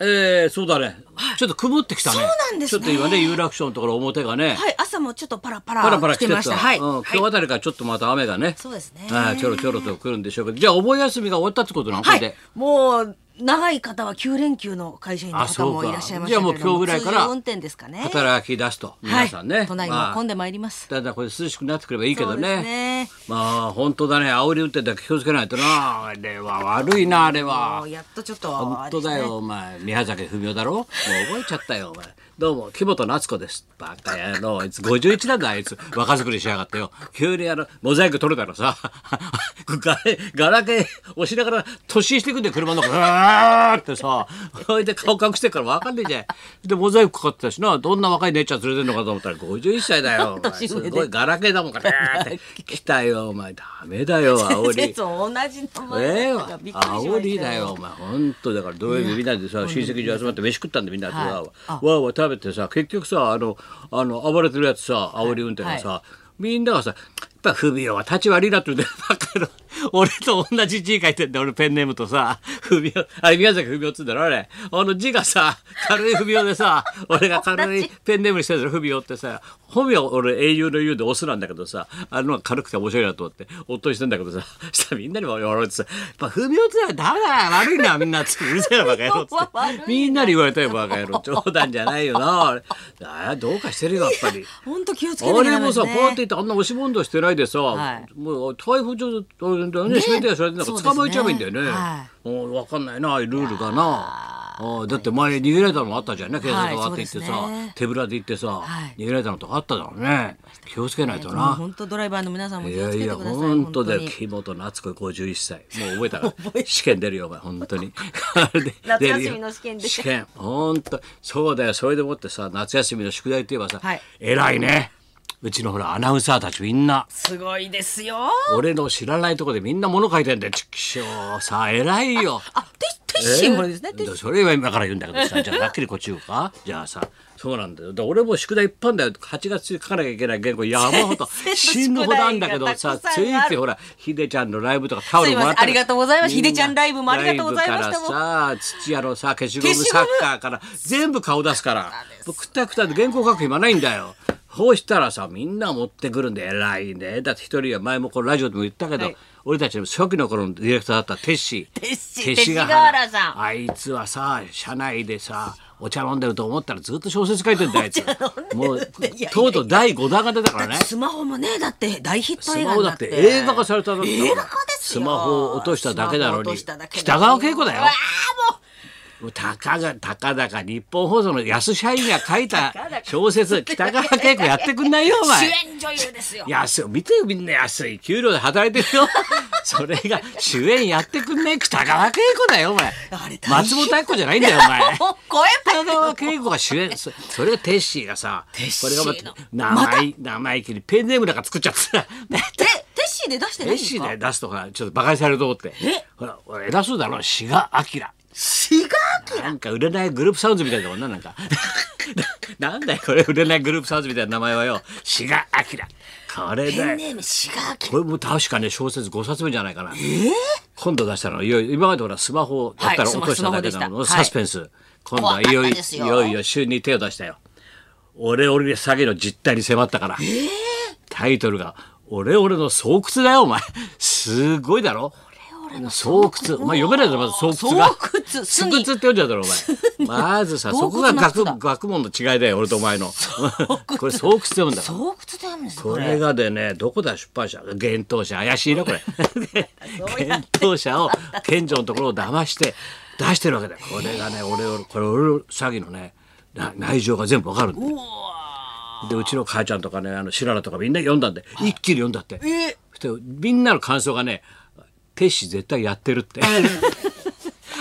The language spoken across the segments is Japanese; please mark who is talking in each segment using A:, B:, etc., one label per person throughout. A: えー、そうだね、ちょっと曇ってきたね。そう
B: なんですね
A: ちょっと今ね、有楽町のところ表がね、
B: はい、朝もちょっとパラパ
A: パラパ
B: ラ
A: ラ
B: 来
A: 来て
B: て
A: た。
B: ました。はい。
A: うん、今
B: はい
A: 日あたりからちょっとまた雨がね、
B: そうですね
A: はいちょろちょろと来るんでしょうけど、じゃあお盆休みが終わったってことなの、これ
B: はい
A: で。
B: もう長い方は9連休の会社員の
A: あそ
B: 方
A: うか
B: もいらっしゃいましたけれども、
A: じゃあもう今日ぐらいから
B: 通常運転ですかね。
A: 働き出すと、皆さんね。
B: はい、都内も混ん
A: で。
B: でまいります。
A: だんだんこれ涼しくなってくればいいけど
B: そうですね
A: まあ本当だね煽り運転だけ気をつけないとなあれは悪いなあれは
B: もうやっとちょっと、
A: 本当だ
B: あれですね。
A: よ、お前宮崎文夫だろもう覚えちゃったよお前どうも木本夏子ですバカ野郎あいつ51なんだあいつ若作りしやがってよ急にあのモザイク取れたらさガラガラケー押しながら突進してくんで車の中うわーってさそれで顔隠してるから分かんねえじゃんでモザイクかかってたしなどんな若い姉ちゃん連れてんのかと思ったら51歳だよお前
B: 年
A: す
B: 上で
A: ごいガラケーだもんからね来たよお前ダメだよ煽
B: 先生
A: り
B: と同じ名
A: ええ
B: 前だったから
A: わ
B: びっくりしました。
A: 煽りだよお前本当だから土曜日みんなでさ親戚中集まって飯食ったんでみんなでわ
B: は
A: ー
B: い
A: わー
B: あ
A: わーわー食べてさ結局さあのあの暴れてるやつさ煽り運転がさ、みんながさやっぱ不備は立ち悪いなって言 ってばっかりの俺と同じ字書いてんだよ俺ペンネームとさ不備あれ宮崎不病っつうんだろあれあの字がさ軽い不病でさ俺が軽いペンネームにしてるの不病ってさ本名は俺英雄の言うでオスなんだけどさあの軽くて面白いなと思って夫にしてんだけどさ したらみんなにも笑われてさ「やっぱ不病ってのはダメだな悪いなみんな」つってうるせえなバカ野郎っつっ
B: 悪い
A: て
B: な
A: みんなに言われたよバカ野郎冗談じゃないよなあれあどうかしてるよやっぱり。
B: 本当気をつけなきゃ
A: 俺
B: ダメ
A: も
B: です
A: さ
B: ね。
A: こうやって言ってあんな押し問答してないでさ、
B: はい
A: もう台風上であれだよね
B: ね
A: 閉めてやしれてなんか
B: そうですね
A: 捕まえちゃえばいいんだよね
B: は
A: うん分かんないなああいうルールがなああだって前逃げられたのもあったじゃんね警察がわって行ってさ、
B: はいそうですね
A: 手ぶらで行ってさ、
B: はい
A: 逃げられたのとかあっただろうね気をつけないとな。
B: 本当ドライバーの皆さんも
A: い
B: 気を
A: や
B: つけ
A: い
B: てく
A: や
B: ださい。
A: 本当だよ
B: に
A: 木本夏子51歳もう覚えた から試験出るよお前本当に
B: 夏
A: 出るよ
B: 休みの試験で
A: 試験本当そうだよそれでもってさ夏休みの宿題といえばさ、
B: はい
A: 偉いねうちのほらアナウンサーたちみんな
B: すごいですよ。
A: 俺の知らないとこでみんな物書いてんだよちっきしょうさあ偉いよ
B: あ、ティティッシュこれですね。
A: えー
B: ティッシュ
A: それは今から言うんだけどさじゃあはっきりこっち言うかじゃあさそうなんだよだから俺も宿題いっぱいあんだよ8月に書かなきゃいけない原稿山ほ ど
B: 先生の
A: 死ぬほどあんだけどさ
B: 宿
A: つ
B: 題がたくさんある
A: いてほらヒデちゃんのライブとかタオルもらった
B: すいませんありがとうございます
A: みな
B: ヒデちゃんライブもありがとうございました
A: ライブからさ土屋のさ消しゴム
B: 消し
A: サ
B: ゴ
A: ッ
B: ム
A: カーから全部顔出すからもうくたくたで原稿書く暇ないんだよこうしたらさみんな持ってくるんで偉いねだって一人は前もこのラジオでも言ったけど、
B: はい
A: 俺たちの初期の頃のディレクターだったテッシー
B: テッシー勅使河原さん
A: あいつはさ社内でさお茶飲んでると思ったらずっと小説書いてんだよあいつもう
B: いやいや
A: とうとう第5弾が出たからね
B: スマホもねだって大ヒット
A: ス
B: 映
A: マ
B: 画
A: ホ
B: に
A: だ
B: なっ
A: ってて映画化されたんだから
B: 映画化ですよ
A: スマホを落としただけなの
B: スマホを落と
A: に
B: しただけなのに
A: 北川景子だよ
B: うわ
A: もうたかがたかだか日本放送の安社員が書いた小説北川景子やってくんないよお前
B: 主演女優ですよ
A: 安い見てよみんな安い給料で働いてるよ それが主演やってくんねえ北川景子だよお前
B: あれ大
A: 松
B: ヒット
A: 本明子じゃないんだよお前
B: もう声
A: 北
B: も
A: 川景子が主演そそれがテッシーがさ
B: シ
A: これ
B: ー
A: が
B: の
A: また生意生意気にペンネームなんか作っちゃってさ
B: テテッシーで出して
A: テ
B: ないん
A: ッ
B: です
A: シ
B: か
A: ーで出すとかちょっと馬鹿にされると思ってほら俺偉そうだろ志賀明
B: シガ
A: なんか売れないグループサウンズみたいだもんななん かななんだよこれ売れないグループサウンズみたいな名前はよ志賀明これ
B: ー
A: だ
B: ペ
A: よ
B: ンネームシガーキ
A: これも確かね小説5冊目じゃないかな、今度出したのいよいよ今までほらスマホだったら
B: はい
A: 落としただけなの、
B: スマスマホでした
A: サスペンス、今度はいよ
B: 怖か
A: い
B: ったです
A: よ
B: よ
A: いよいよ週に手を出したよ俺俺の詐欺の実態に迫ったから、タイトルが「俺俺の巣窟だよお前すごいだろ」巣窟お前読めないだろまず巣窟が
B: 巣窟巣
A: 巣
B: に
A: 窟って読んじゃうだろお前まずさ
B: 洞
A: そ
B: 窟
A: こが
B: の
A: 学
B: 巣だ
A: 学問の違いだよ俺とお 前の これ巣窟って読むんだから
B: 洞窟であるんです
A: こ
B: こ
A: れ
B: れ
A: がでねどこだ出版社幻冬者怪しいなこれ幻冬者を賢者のところを騙して出してるわけだよこれがね俺をこれ俺の詐欺のねな内情が全部わかるんだよでうちの母ちゃんとかねあの白良とかみんな読んだんで一気に読んだって
B: え
A: そしてみんなの感想がね「テッシー絶対やってる」って。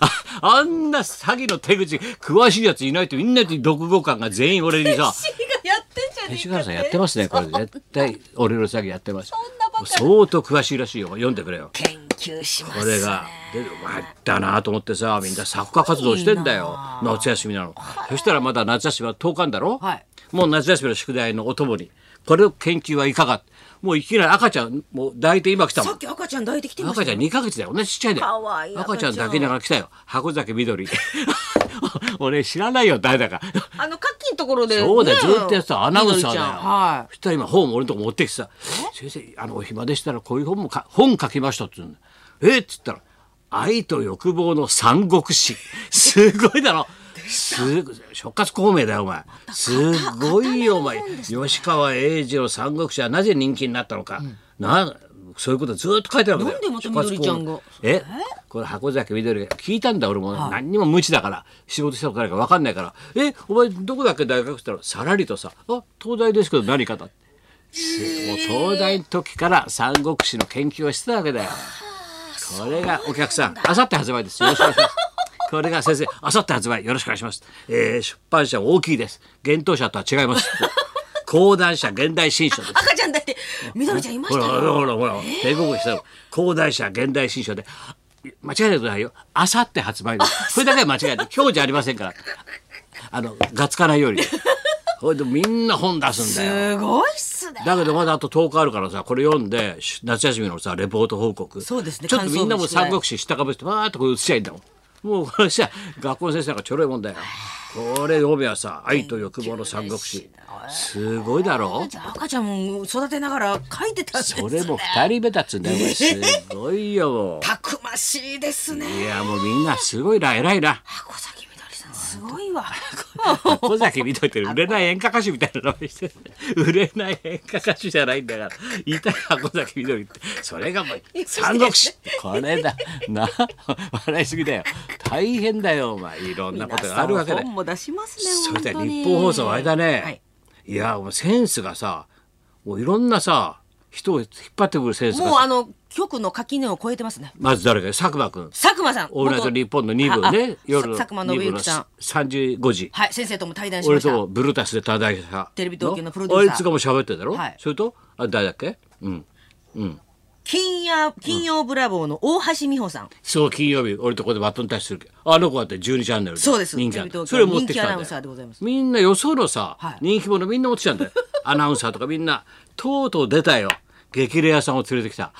A: ああんな詐欺の手口詳しいやついないってみんなに読後感が全員俺にさ
B: シガやってんじゃねえ
A: 西川さんやってますねこれ絶対俺の詐欺やってます
B: んなバカな
A: 相当詳しいらしいよ読んでくれよ
B: 研究します
A: これがで参ったなと思ってさみんな作家活動してんだよ夏休みなのそしたらまだ夏休みは10日んだろ、
B: はい
A: もう夏休みの宿題のお供にこれを研究はいかがもういきなり赤ちゃんもう抱いて今来たも
B: さ
A: ん
B: っき赤ちゃん抱いてきてました
A: 赤ちゃん2ヶ月だよ同じちっちゃいだよ
B: かわいい
A: 赤ちゃん
B: 赤ちゃん
A: 抱きながら来たよ箱崎みどり 俺知らないよ誰だか
B: あの、カッキーのところで、
A: そうだよ
B: ね
A: ずっとやってたアナウンサー
B: みどりち
A: だ
B: ゃ
A: よ、
B: んは
A: そしたら今本を俺のとこ持ってきてさ「先生あのお暇でしたらこういう本もか本書きました」って言うんだえっ?」っつったら「愛と欲望の三国 志」すごいだろすごい諸葛孔明だよお前すごいよお前吉川英治の三国志はなぜ人気になったのか、なそういうことずっと書いてあるわけだよ
B: なんでまたみどりちゃんが
A: 諸葛孔明えこれ箱崎みどりが聞いたんだ俺も何にも無知だから仕事したことないから分かんないから「えお前どこだっけ大学?」って言ったらさらりとさ「あ東大ですけど何かだ」ってもう東大の時から三国志の研究をしてたわけだよ。これがお客さん、あさって発売です。よろしくお願いします。これが先生、あさって発売、よろしくお願いします。えー出版社大きいです。幻冬社とは違い ます。講談社現代新書です。
B: 赤ちゃんだって、みどりちゃんいまし
A: ほ
B: た
A: らほら
B: よ。
A: ほらほら、帝国したの。講談社現代新書で。間違えてくださいよ。あさって発売です。これだけは間違えて、今日じゃありませんから。あの、がつかないように。ほいでみんな本出すんだよ。
B: すごいっすね。
A: だけどまだあと10日あるからさこれ読んでし夏休みのさレポート報告
B: そうですね
A: ちょっとみんなも
B: 感想
A: 三
B: 文
A: 国志下かぶしてわーっとこう映しちゃいいんだもんもうこれさ学校の先生なんかちょろいもんだよこれ読めばさ愛と欲望の三国志すごいだろ
B: じゃあ赤ちゃんも育てながら書いてたんですね。
A: それも二人目だっつうんだよこれすごいよも
B: たくましいです
A: う
B: ね。
A: いやもうみんなすごいな偉いな
B: 箱崎みどりさん、すごいわ。
A: 小崎見といて売れない演歌歌手みたいな名前してる売れない演歌歌手じゃないんだから言いたい箱崎みどりってそれがもう三国志これだな笑いすぎだよ大変だよお前いろんなことがあるわけだ
B: 皆さん本も出しますね。
A: それで
B: 本当
A: 日
B: に
A: 本放送あれだね、
B: はい
A: い、やもうセンスがさもういろんなさ人を引っ張ってくるセンスが
B: もう
A: さ
B: あの局の垣根を超えてますね。
A: まず誰か佐久間君
B: 佐久間さん。
A: オールナイト日本の2部
B: あ
A: ね
B: あ
A: 夜の
B: さ佐久間信
A: 2部の
B: 之さん。
A: 35時
B: はい、先生とも対談しま
A: 俺
B: した。
A: とブルータスで叩いた
B: テレビ東京のプロデューサー
A: あいつがもう喋ってるだろ、
B: はい
A: それとあ誰だっけうん
B: 金曜金曜ブラボーの大橋美穂さん、
A: そう金曜日俺とここでバトンタッチするけどあの子だって12チャンネル
B: そうです
A: 人気あ
B: テレビ東京
A: るそれを持ってきたんだよ
B: 人気アナウンサーでございます
A: みんなよそのさ、
B: はい
A: 人気者みんな持ってきたんだよアナウンサーとかみんなとうとう出たよ激レアさんを連れてきた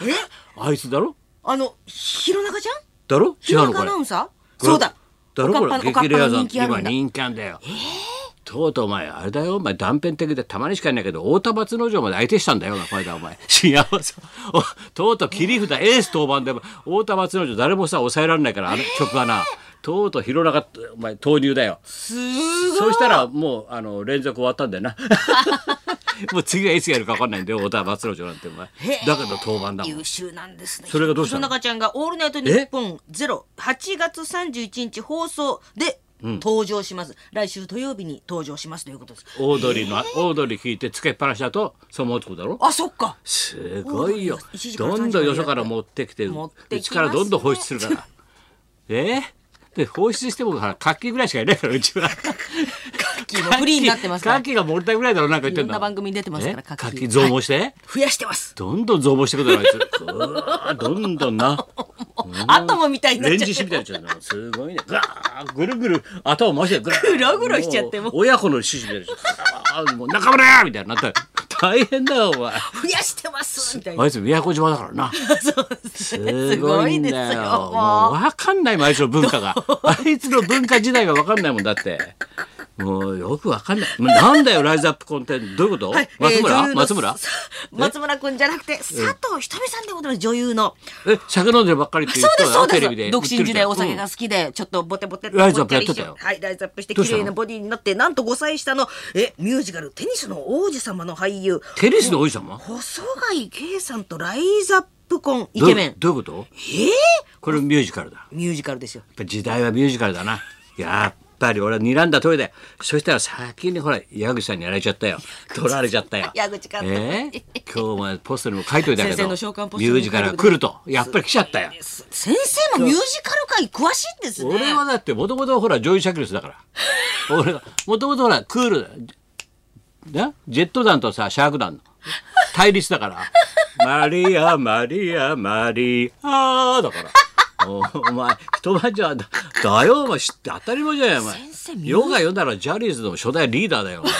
A: あいつだろ
B: あの弘中ちゃん
A: だろ違
B: 弘
A: うの
B: 中
A: こ
B: ア
A: れ
B: ナウンサー
A: これ
B: そうだ
A: だろこれ
B: おかっぱのおかっ
A: 激
B: ぱ
A: レ
B: の
A: アさん
B: 人気ある
A: 今
B: んだ
A: 人気あんだよ、とうとうお前あれだよお前断片的でたまにしかいないけど太田松之丞まで相手したんだよお前これだお前 幸せおとうとう切り札エース登板でも太田松之丞誰もさ抑えられないからあの曲はな、とうとう広中お前投入だよ
B: すー
A: そうしたらもうあの連続終わったんだよ なもう次はいつやるか分かんないんだよ太田松之丞なんてお前だけど登板だもん
B: 優秀なんですね
A: それがどうしたの
B: 弘中ちゃんが「オールナイトニッポンゼロ8月31日放送で登場します、来週土曜日に登場しますということです
A: オードリーのオードリー聞いてつけっぱなしだとそう思うってことだろ
B: あそっか
A: すごいよ
B: 1時から
A: ど
B: 3
A: ん
B: 時ま
A: どん
B: で
A: よそから持ってきて
B: 持ってきますね
A: うちからどんどん放出するからえーで放出してもほら活気ぐらいしかいないからうちは
B: キーもフリーになってますから
A: 活気が盛りたいぐらいだろなんか言ってん
B: いろん
A: だ
B: な番組に出てますから
A: え
B: 活
A: 活
B: 気
A: 気増毛して、
B: 増やしてます
A: どんどん増毛してくるだろあいつ うわーどんどんな
B: アトムみたいになっ
A: レン
B: ちゃっ
A: ジ
B: て
A: 式みたいになっちゃうのすごいねぐらーぐるぐる頭回してぐらー
B: ぐらぐらしちゃっても
A: う
B: う
A: 親子の指示みたいになっちゃうあーもう中村やみたいになったら大変だよお前
B: 増やしてますみたいな
A: あいつ宮古島だからな
B: そうですね
A: すごいんだ
B: すごいです
A: よ。
B: よ
A: もう
B: もう
A: 分かんないもんあいつの文化が。あいつの文化時代が分かんないもんだって。もうよく分かんない。もうなんだよ、ライズアップコンテンツ。どういうこと、
B: はい
A: 松
B: えー
A: 村、
B: 女優の
A: 松村
B: さ松村君じゃなくて佐藤ひとみさんでございます女優の
A: え、酒飲んでるばっかりっていう
B: そうで
A: 人
B: すそう
A: がテレビ
B: で
A: です言
B: 独
A: って
B: 身
A: る
B: 時
A: じ
B: 代
A: ゃん
B: お酒が好きでちょっとボテボテ
A: ライズアップやってたよ
B: ぽちゃりしてはいライズアップして
A: どう
B: 綺
A: したの
B: 麗なボディになってなんと5歳下のえミュージカルテニスの王子様の俳
A: う
B: 優
A: んテニスの王子様
B: 細貝圭さんとライズアップ婚イ
A: どう
B: ケメン
A: どういうことえこれミュージカルだ。や
B: ミュージカルですよ
A: っぱ時代はミュージカルだな。やっぱり俺は睨んだ通りだよ。そしたら先にほら、矢口さんにやられちゃったよ。取られちゃったよ。
B: 矢口監督
A: えー 今日もポストにも書いといたけど、
B: 先生の召喚ポス
A: ミ
B: トにも書いてくれた
A: ュージカルが来ると。やっぱり来ちゃったよ。
B: 先生もミュージカル界詳しいんですね
A: 俺はだってもともとほらジョイ・シャキルスだから俺がもともとほらクールだなジェット団とさシャーク団の対立だから「マリアマリアマリア」だから。おお前一晩じゃだだよお前知って当たり前じゃないお前
B: 先生見
A: ヨガ読んだらジャニーズの初代リーダーだよお前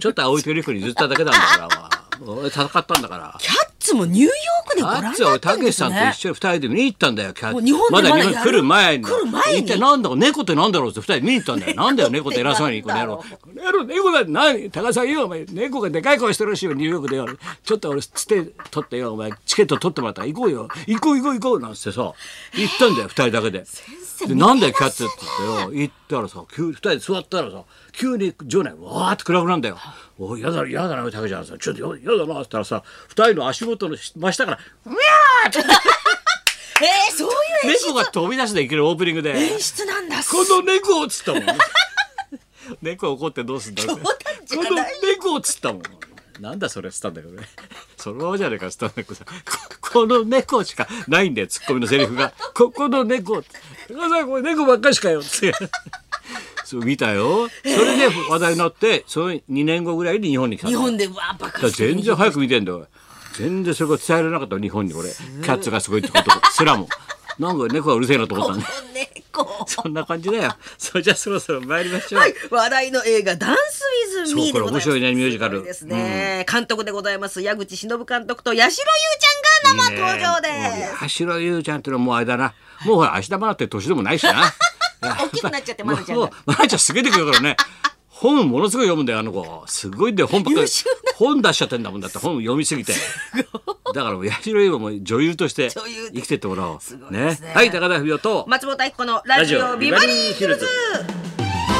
A: ちょっと青い鳥リに譲っただけなんだからお前俺戦ったんだから
B: キャッツツもニューヨークでご覧にな
A: あ
B: っ
A: ったつは
B: ん
A: た
B: で
A: け
B: す
A: さんと
B: ね
A: 一緒に二人で見に行ったんだよキャ
B: もう日本でまだ
A: まだ日本来る前に
B: 来る前に
A: 一体なんだろう猫ってなんだろうって二人で見に行ったんだよなんだよ猫って偉そうにこの野郎この野郎猫だって何高田さんよお前猫がでかい声してるらしいよニューヨークでよちょっと俺つて取ってよお前チケット取ってもらったから行こうよ行こう行こう行こうなんつってさ行ったんだよ二人だけで
B: 生
A: でなんだよキャッツって言ってよ行ったらさ急に二人で座ったらさ急に場内わーって暗くなんだよ「おいやだなやだな竹ちゃんさちょっとやだな」っつったらさ二人の足元の真下から「うわー!」って
B: えー、そういう
A: 猫が飛び出していけるオープニングで
B: 演出なんだ
A: 「この猫」っつったもん 猫怒ってどうすんだろうこ
B: じゃ
A: の
B: ない
A: 猫っつったもんなんだそれっつったんだけどねそのままじゃねえかっつったんだけどさここの猫しかないんだよツッコミのセリフが「ここの猫」「高田さんこれ猫ばっかしかよ」って。そう見たよそれで話題になってその2年後ぐらいに日本に来たの
B: 日本でうわバ
A: だ
B: カ
A: から全然早く見てんだよ全然それが伝えられなかった日本に俺キャッツがすごいってことすらもなんか猫がうるせえなと思っ
B: こ
A: た
B: の
A: ね
B: 猫
A: そんな感じだよそれじゃあそろそろ参りましょう、
B: はい、笑いの映画「ダンス・ウィズ・ミー」でございます
A: そうこれ面白いねミュージカル
B: すごいですね、監督でございます矢口忍監督と八代優ちゃんが生登場です
A: 橋野優ちゃんってのはもうあれだな、もうほら芦田愛菜って年でもないしな
B: 大きくなっちゃって愛菜ちゃんが
A: もう愛菜ちゃんすげえできるからね本ものすごい読むんだよあの子すごいんだよ本ばっかり
B: 優秀な
A: 本出しちゃってんだもんだって本読みすぎてだからもう八代優も女優として
B: 女優
A: 生きてってもらおう
B: すごいですね
A: はい高田文夫と、
B: 松本明子のラジ
A: ラジ
B: オ
A: オ
B: ビバリーヒルズ
A: ビ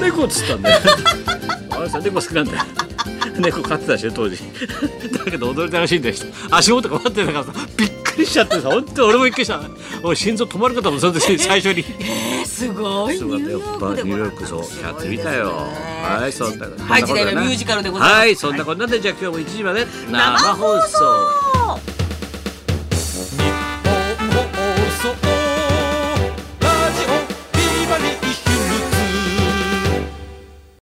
A: 猫っつったんだよ。あれさ猫好きなんだよ。猫飼ってたしね当時。だけど踊りたらしいんだよ。足元が回ってたからさびっくりしちゃってさ本当に俺もびっくりした。俺心臓止まるかと思ったその時最初に。
B: えーすごい
A: す
B: ニ
A: ご
B: ュ
A: いよ
B: ーヨ
A: やっ
B: ー
A: ぱ
B: ク
A: ニュー
B: でご
A: ヨ
B: 覧
A: ー
B: に
A: ク
B: な
A: そう
B: っ
A: キャッツ見たよ。はいそんな。
B: はい時代
A: そんなこ
B: は
A: とね
B: ミュージカルでございます
A: はいそんなこんなでじゃあ今日も1時まで生
B: 生放送